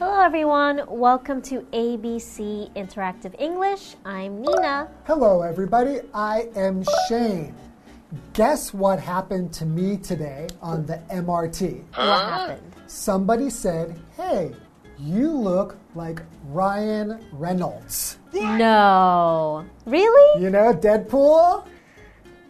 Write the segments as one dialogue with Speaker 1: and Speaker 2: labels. Speaker 1: everyone. Welcome to ABC Interactive English. I'm Nina.
Speaker 2: Hello, everybody. I am Shane. Guess what happened to me today on the MRT?
Speaker 1: What happened?
Speaker 2: Somebody said, Hey, you look like Ryan Reynolds.
Speaker 1: No. Really?
Speaker 2: You know, Deadpool?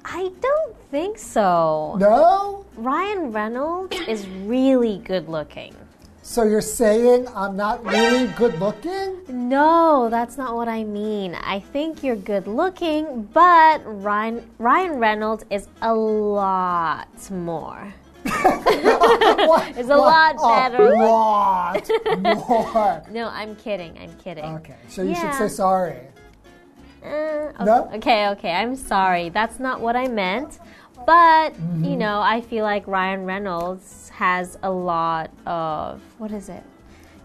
Speaker 1: I don't think so.
Speaker 2: No?
Speaker 1: Ryan Reynolds is really good looking.
Speaker 2: So you're saying I'm not really good looking?
Speaker 1: No, that's not what I mean. I think you're good looking, but Ryan, Ryan Reynolds is a lot more.
Speaker 2: What-
Speaker 1: It's a
Speaker 2: what-
Speaker 1: lot better
Speaker 2: A lot more.
Speaker 1: No, I'm kidding. I'm kidding.
Speaker 2: Okay, so you should
Speaker 1: Yeah.
Speaker 2: say sorry.
Speaker 1: Uh, okay,
Speaker 2: No?
Speaker 1: okay, okay. I'm sorry. That's not what I meant. But,
Speaker 2: Mm-hmm.
Speaker 1: you know, I feel like Ryan Reynolds has a lot of, what is it?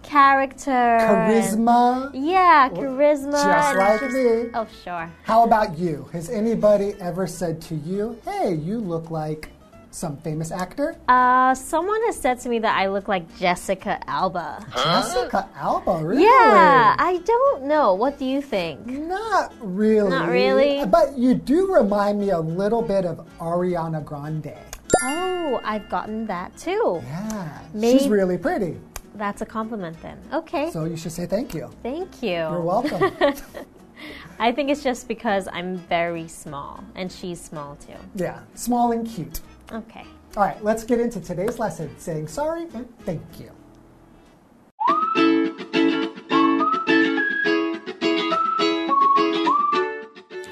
Speaker 1: Character. and-
Speaker 2: Charisma.
Speaker 1: Yeah, charisma.
Speaker 2: Just
Speaker 1: and
Speaker 2: like
Speaker 1: just-
Speaker 2: me.
Speaker 1: Oh, sure.
Speaker 2: How about you? Has anybody ever said to you, hey, you look like some famous actor?
Speaker 1: Uh, someone has said to me that I look like Jessica Alba.
Speaker 2: Oh. Jessica Alba, really?
Speaker 1: Yeah, I don't know. What do you think?
Speaker 2: Not really. Uh,
Speaker 1: Not really?
Speaker 2: But you do remind me a little bit of Ariana Grande.
Speaker 1: Oh, I've gotten that too.
Speaker 2: Yeah.
Speaker 1: Maybe-
Speaker 2: She's really pretty.
Speaker 1: That's a compliment then. Okay,
Speaker 2: So you should say thank you.
Speaker 1: thank you.
Speaker 2: You're welcome.
Speaker 1: I think it's just because I'm very small and she's small too.
Speaker 2: yeah. Small and cute.
Speaker 1: Okay.
Speaker 2: All right, let's get into today's lesson saying sorry and thank you.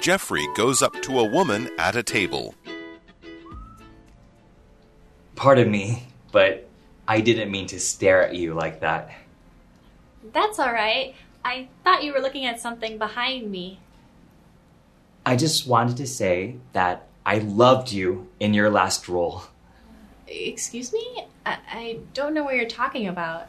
Speaker 3: Jeffrey goes up to a woman at a table.
Speaker 4: Pardon me, but I didn't mean to stare at you like that.
Speaker 5: That's all right. I thought you were looking at something behind me.
Speaker 4: I just wanted to say that I loved you in your last role.
Speaker 5: Excuse me? I, I don't know what you're talking about.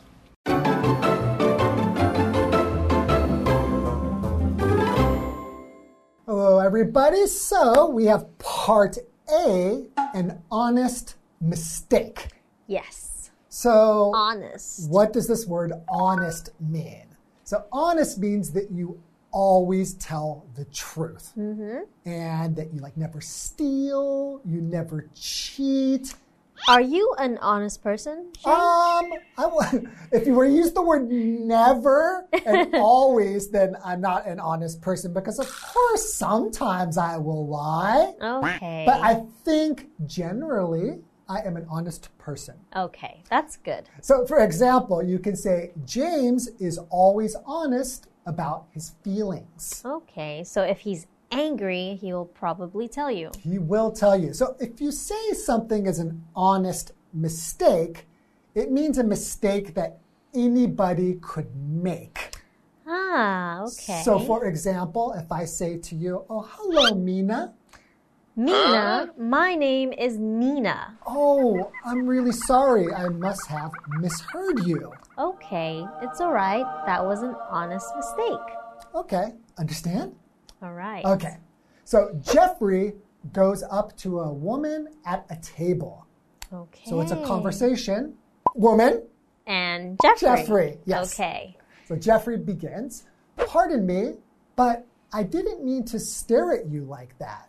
Speaker 2: Hello, everybody. So we have part A an honest mistake.
Speaker 1: Yes.
Speaker 2: So,
Speaker 1: Honest.
Speaker 2: what does this word honest mean? So, honest means that you always tell the truth
Speaker 1: Mm-hmm.
Speaker 2: and that you like never steal, you never cheat.
Speaker 1: Are you an honest person? Shane?
Speaker 2: Um, I wa- if you were to use the word never and always, then I'm not an honest person because, of course, sometimes I will lie.
Speaker 1: Okay.
Speaker 2: But I think generally I am an honest person.
Speaker 1: okay, that's good.
Speaker 2: So, for example, you can say James is always honest about his feelings.
Speaker 1: Okay, so if he's angry, he will probably tell you.
Speaker 2: He will tell you. So, if you say something is an honest mistake, it means a mistake that anybody could make.
Speaker 1: Ah, okay.
Speaker 2: So, for example, if I say to you, Oh, hello, Mina.
Speaker 1: Mina, my name is Nina.
Speaker 2: Oh, I'm really sorry. I must have misheard you.
Speaker 1: Okay, it's all right. That was an honest mistake.
Speaker 2: Okay, understand?
Speaker 1: All right.
Speaker 2: Okay. So Jeffrey goes up to a woman at a table.
Speaker 1: Okay.
Speaker 2: So it's a conversation. Woman.
Speaker 1: And Jeffrey.
Speaker 2: Jeffrey, yes.
Speaker 1: Okay.
Speaker 2: So Jeffrey begins. Pardon me, but I didn't mean to stare at you like that.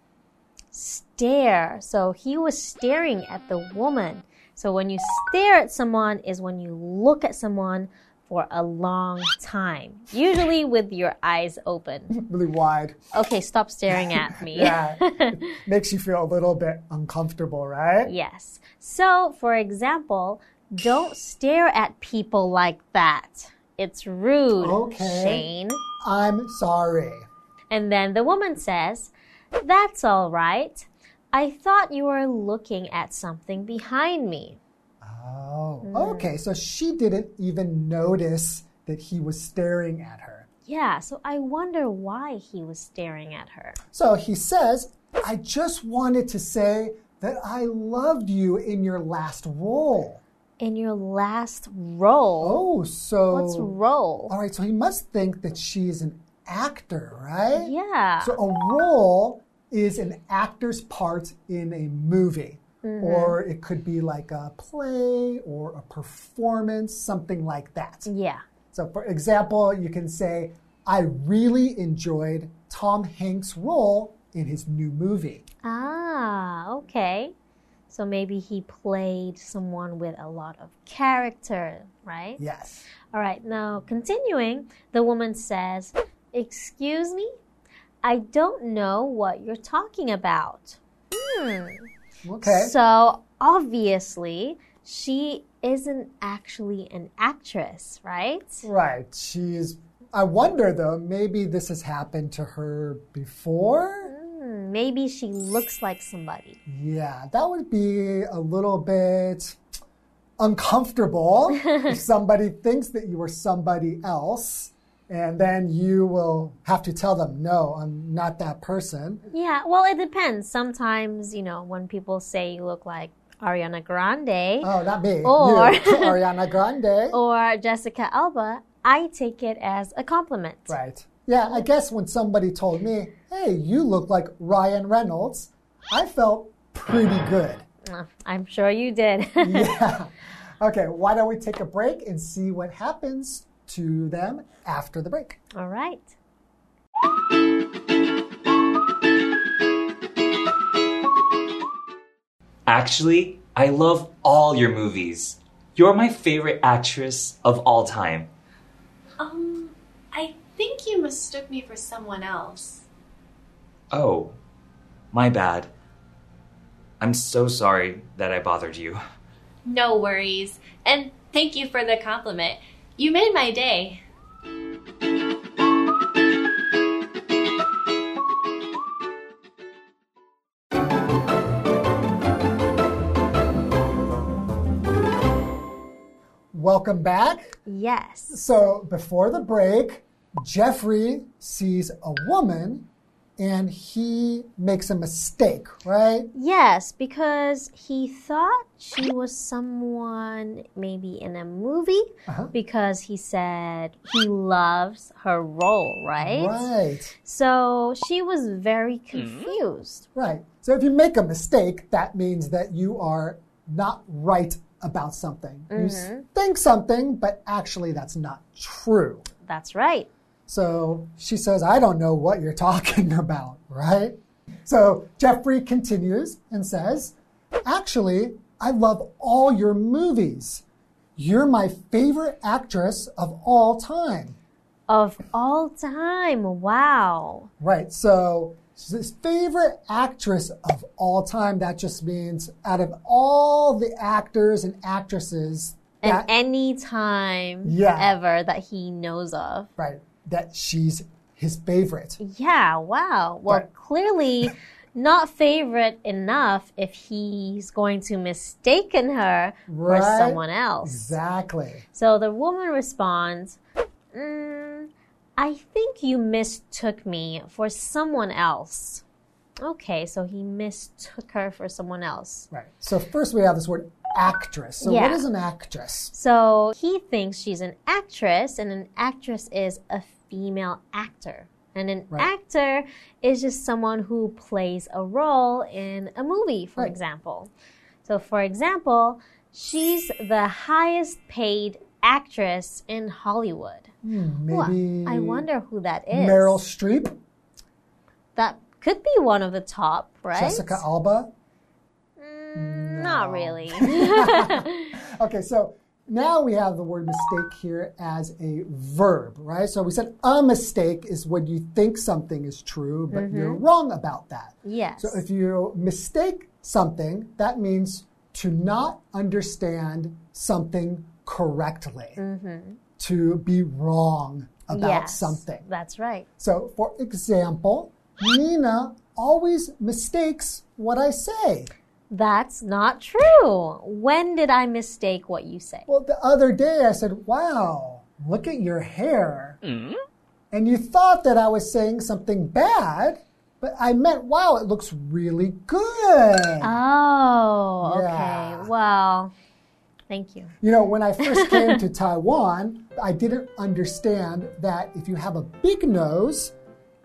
Speaker 1: Stare. So he was staring at the woman. So when you stare at someone is when you look at someone for a long time, usually with your eyes open.
Speaker 2: Really wide.
Speaker 1: Okay, stop staring at me.
Speaker 2: Yeah. it makes you feel a little bit uncomfortable, right?
Speaker 1: Yes. So, for example, don't stare at people like that. It's rude,
Speaker 2: Okay.
Speaker 1: Shane.
Speaker 2: I'm sorry.
Speaker 1: And then the woman says, That's all right. I thought you were looking at something behind me.
Speaker 2: Oh. Okay, so she didn't even notice that he was staring at her.
Speaker 1: Yeah, so I wonder why he was staring at her.
Speaker 2: So he says, I just wanted to say that I loved you in your last role.
Speaker 1: In your last role,
Speaker 2: Oh, so.
Speaker 1: what's role?
Speaker 2: All right, so he must think that she's an actor, right?
Speaker 1: Yeah.
Speaker 2: So a role is an actor's part in a movie,
Speaker 1: Mm-hmm.
Speaker 2: or
Speaker 1: Mm.
Speaker 2: it could be like a play or a performance, something like that.
Speaker 1: yeah.
Speaker 2: So, for example, you can say, I really enjoyed Tom Hanks' role in his new movie.
Speaker 1: Ah, okay. So maybe he played someone with a lot of character, right?
Speaker 2: Yes.
Speaker 1: All right, now continuing, the woman says, Excuse me? I don't know what you're talking about. Hmm.
Speaker 2: Okay.
Speaker 1: So obviously, she isn't actually an actress, right?
Speaker 2: right. She's. I wonder though, maybe this has happened to her before?
Speaker 1: Hmm, maybe she looks like somebody.
Speaker 2: Yeah, that would be a little bit uncomfortable if somebody thinks that you are somebody else, and then you will have to tell them, no, I'm not that person.
Speaker 1: Yeah, well, it depends. Sometimes, you know, when people say you look like Ariana Grande
Speaker 2: Oh, not me.
Speaker 1: Or-
Speaker 2: you, Ariana Grande.
Speaker 1: or Jessica Alba, I take it as a compliment.
Speaker 2: Right. Yeah, I guess when somebody told me, hey, you look like Ryan Reynolds, I felt pretty good.
Speaker 1: Uh, I'm sure you did.
Speaker 2: Yeah. Okay, why don't we take a break and see what happens to them after the break?
Speaker 1: All right.
Speaker 4: Actually, I love all your movies. You're my favorite actress of all time.
Speaker 5: Um, I think you mistook me for someone else.
Speaker 4: Oh, my bad. I'm so sorry that I bothered you.
Speaker 5: No worries. And thank you for the compliment. You made my day.
Speaker 2: Welcome back.
Speaker 1: Yes.
Speaker 2: So before the break, Jeffrey sees a woman and he makes a mistake, right?
Speaker 1: Yes, because he thought she was someone maybe in a movie
Speaker 2: Uh-huh.
Speaker 1: because he said he loves her role, right?
Speaker 2: Right.
Speaker 1: So she was very confused.
Speaker 2: Right. So if you make a mistake, that means that you are not right about something. You s- think something, but actually that's not true.
Speaker 1: That's right.
Speaker 2: So she says, I don't know what you're talking about, right? So Jeffrey continues and says, Actually, I love all your movies. You're my favorite actress of all time.
Speaker 1: Of all time. Wow.
Speaker 2: Right. So his favorite actress of all time, that just means out of all the actors and actresses
Speaker 1: And
Speaker 2: that,
Speaker 1: any time
Speaker 2: Yeah.
Speaker 1: ever that he knows of.
Speaker 2: right, that she's his favorite.
Speaker 1: Yeah, wow. Well,
Speaker 2: Right.
Speaker 1: clearly not favorite enough if he's going to mistaken her for
Speaker 2: Right.
Speaker 1: someone else.
Speaker 2: Exactly.
Speaker 1: So the woman responds, mm, I think you mistook me for someone else. Okay, so he mistook her for someone else.
Speaker 2: Right. So first we have this word actress. So
Speaker 1: Yeah.
Speaker 2: what is an actress?
Speaker 1: So he thinks she's an actress, and an actress is a female actor. And an
Speaker 2: Right.
Speaker 1: actor is just someone who plays a role in a movie, for
Speaker 2: Right.
Speaker 1: example. So, for example, she's the highest paid actress in Hollywood. Ooh,
Speaker 2: Maybe
Speaker 1: I wonder who that is.
Speaker 2: Meryl Streep,
Speaker 1: That could be one of the top, right?
Speaker 2: Jessica Alba.
Speaker 1: Not really.
Speaker 2: Okay, so now we have the word mistake here as a verb, right? So we said a mistake is when you think something is true, but you're wrong about that.
Speaker 1: Mm-hmm. yes.
Speaker 2: So if you mistake something, that means to not understand something correctly, to be wrong about
Speaker 1: Mm-hmm. yes.
Speaker 2: something.
Speaker 1: That's right.
Speaker 2: So, for example, Nina always mistakes what I say.
Speaker 1: That's not true. When did I mistake what you say?
Speaker 2: Well, the other day I said, Wow, look at your hair. And you thought that I was saying something bad, but I meant, Wow, it looks really good.
Speaker 1: Oh, okay.
Speaker 2: Yeah.
Speaker 1: Well, thank you.
Speaker 2: You know, when I first came to Taiwan, I didn't understand that if you have a big nose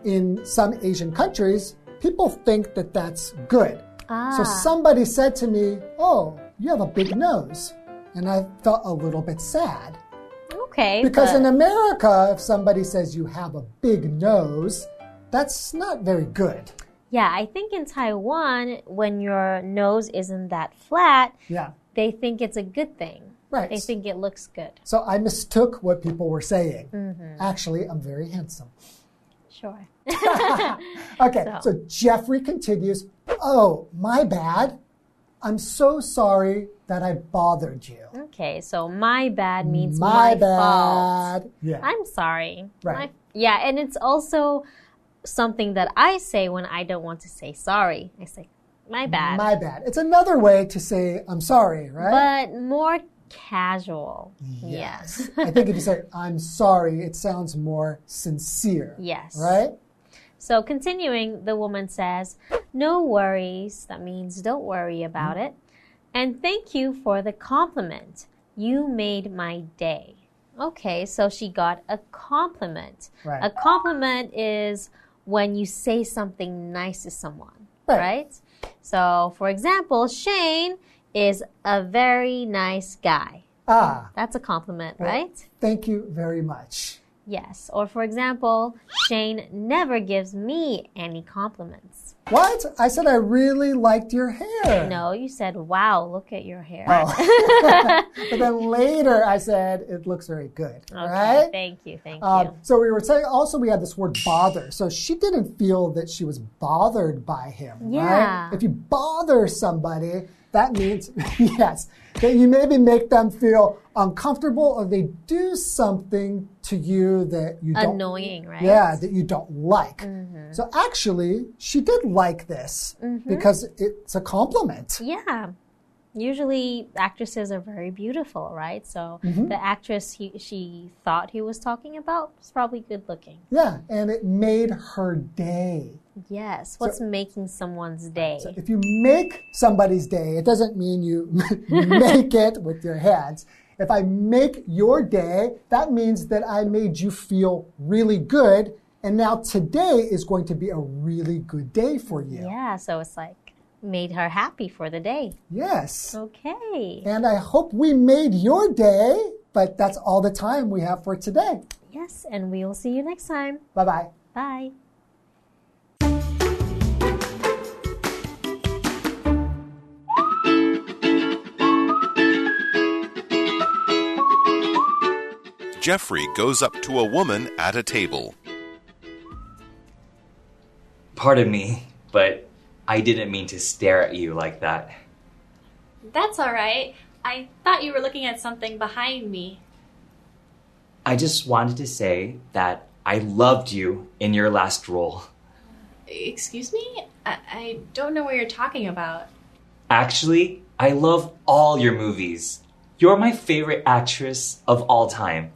Speaker 2: in some Asian countries, people think that that's good. So somebody said to me, Oh, you have a big nose. And I felt a little bit sad.
Speaker 1: okay.
Speaker 2: Because
Speaker 1: but-
Speaker 2: in America, if somebody says you have a big nose, that's not very good.
Speaker 1: yeah, I think in Taiwan, when your nose isn't that flat,
Speaker 2: Yeah.
Speaker 1: they think it's a good thing.
Speaker 2: Right.
Speaker 1: They think it looks good.
Speaker 2: So I mistook what people were saying. Actually, I'm very handsome.
Speaker 1: Sure.
Speaker 2: Okay,
Speaker 1: So-
Speaker 2: so. Jeffrey continues Oh, my bad. I'm so sorry that I bothered you.
Speaker 1: Okay, so my bad means
Speaker 2: my,
Speaker 1: my,
Speaker 2: bad.
Speaker 1: fault.
Speaker 2: Yeah.
Speaker 1: I'm sorry.
Speaker 2: Right.
Speaker 1: My- yeah, and it's also something that I say when I don't want to say sorry. I say, my bad.
Speaker 2: My bad. It's another way to say I'm sorry, right?
Speaker 1: but more casual. Yes.
Speaker 2: I think if you say I'm sorry, it sounds more sincere.
Speaker 1: Yes.
Speaker 2: Right?
Speaker 1: So continuing, the woman says, No worries. That means don't worry about it. And thank you for the compliment. You made my day. Okay, so she got a compliment.
Speaker 2: Right.
Speaker 1: A compliment is when you say something nice to someone,
Speaker 2: Right.
Speaker 1: So, for example, Shane is a very nice guy.
Speaker 2: Ah,
Speaker 1: That's a compliment, right?
Speaker 2: thank you very much.
Speaker 1: Yes. Or, for example, Shane never gives me any compliments.
Speaker 2: What? I said I really liked your hair.
Speaker 1: No, you said, wow, look at your hair.
Speaker 2: But then later I said it looks very good.
Speaker 1: Okay,
Speaker 2: Right?
Speaker 1: Thank you, thank
Speaker 2: Um,
Speaker 1: you.
Speaker 2: so we were saying also we had this word bother. So she didn't feel that she was bothered by him.
Speaker 1: Yeah.
Speaker 2: Right? If you bother somebody, that means yes, that you maybe make them feel uncomfortable or they do something to you that you don't
Speaker 1: Annoying, Mm-hmm. right?
Speaker 2: Yeah, that you don't like. So actually, she did like this because it's a compliment.
Speaker 1: Mm-hmm. Yeah. Usually actresses are very beautiful, right? So
Speaker 2: Mm-hmm.
Speaker 1: the actress he, she thought he was talking about is probably good looking.
Speaker 2: Yeah, and it made her day.
Speaker 1: Yes. What's making someone's day?
Speaker 2: So if you make somebody's day, it doesn't mean you make it with your hands. If I make your day, that means that I made you feel really good. And now today is going to be a really good day for you.
Speaker 1: yeah, so it's like made her happy for the day.
Speaker 2: Yes.
Speaker 1: Okay.
Speaker 2: And I hope we made your day, but that's all the time we have for today.
Speaker 1: Yes, and we will see you next time.
Speaker 2: Bye bye.
Speaker 1: Bye.
Speaker 3: Jeffrey goes up to a woman at a table.
Speaker 4: Pardon me, but I didn't mean to stare at you like that.
Speaker 5: That's all right. I thought you were looking at something behind me.
Speaker 4: I just wanted to say that I loved you in your last role.
Speaker 5: Excuse me? I, I don't know what you're talking about.
Speaker 4: Actually, I love all your movies. You're my favorite actress of all time.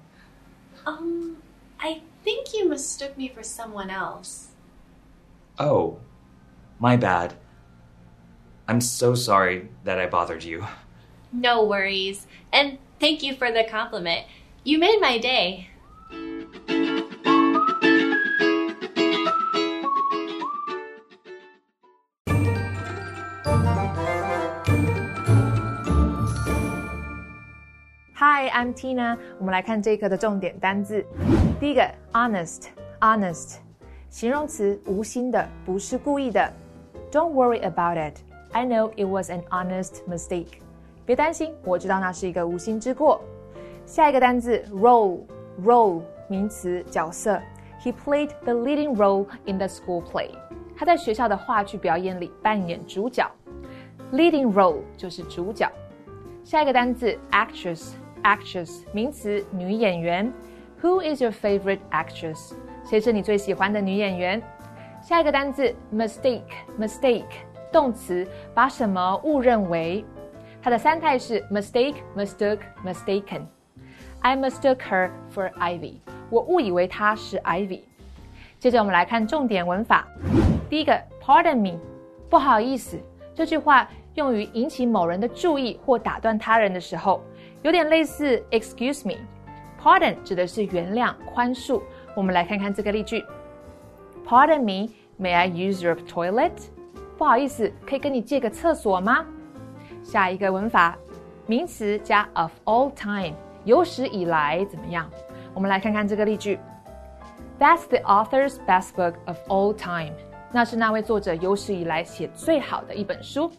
Speaker 5: Um, I think you mistook me for someone else.
Speaker 4: Oh, my bad. I'm so sorry that I bothered you.
Speaker 5: No worries. And thank you for the compliment. You made my day.
Speaker 6: Hi, I'm Tina。我们来看这一课的重点单字。第一个，honest，honest，形容词，无心的，不是故意的。Don't worry about it. I know it was an honest mistake. 别担心，我知道那是一个无心之过。下一个单字，role，role，名词，角色。He played the leading role in the school play. 他在学校的话剧表演里扮演主角。Leading role 就是主角。下一个单词 actress，actress 名词，女演员。Who is your favorite actress？谁是你最喜欢的女演员？下一个单词 mistake，mistake 动词，把什么误认为。它的三态是 mistake，mistook，mistaken。I mistook her for Ivy。我误以为她是 Ivy。接着我们来看重点文法。第一个，Pardon me，不好意思，这句话用于引起某人的注意或打断他人的时候，有点类似 Excuse me。Pardon 指的是原谅、宽恕。我们来看看这个例句：Pardon me, may I use your toilet？不好意思，可以跟你借个厕所吗？下一个文法，名词加 of all time，有史以来怎么样？我们来看看这个例句：That's the author's best book of all time。那是那位作者有史以来写最好的一本书。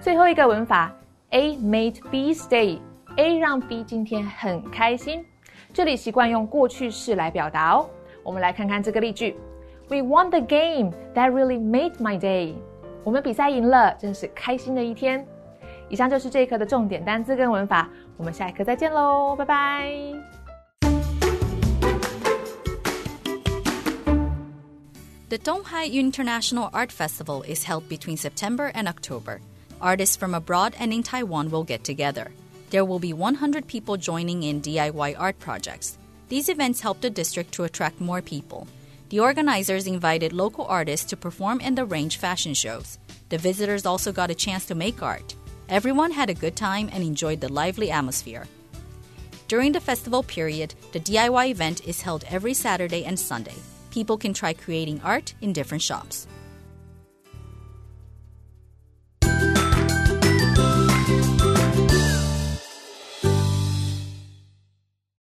Speaker 6: 最后一个文法，A made B stay，A 让 B 今天很开心。这里习惯用过去式来表达哦。我们来看看这个例句：We won the game that really made my day。我们比赛赢了，真是开心的一天。以上就是这一课的重点单词跟文法，我们下一课再见喽，拜拜。
Speaker 7: The Donghai International Art Festival is held between September and October. Artists from abroad and in Taiwan will get together. There will be 100 people joining in DIY art projects. These events help the district to attract more people. The organizers invited local artists to perform and arrange fashion shows. The visitors also got a chance to make art. Everyone had a good time and enjoyed the lively atmosphere. During the festival period, the DIY event is held every Saturday and Sunday. People can try creating art in different shops.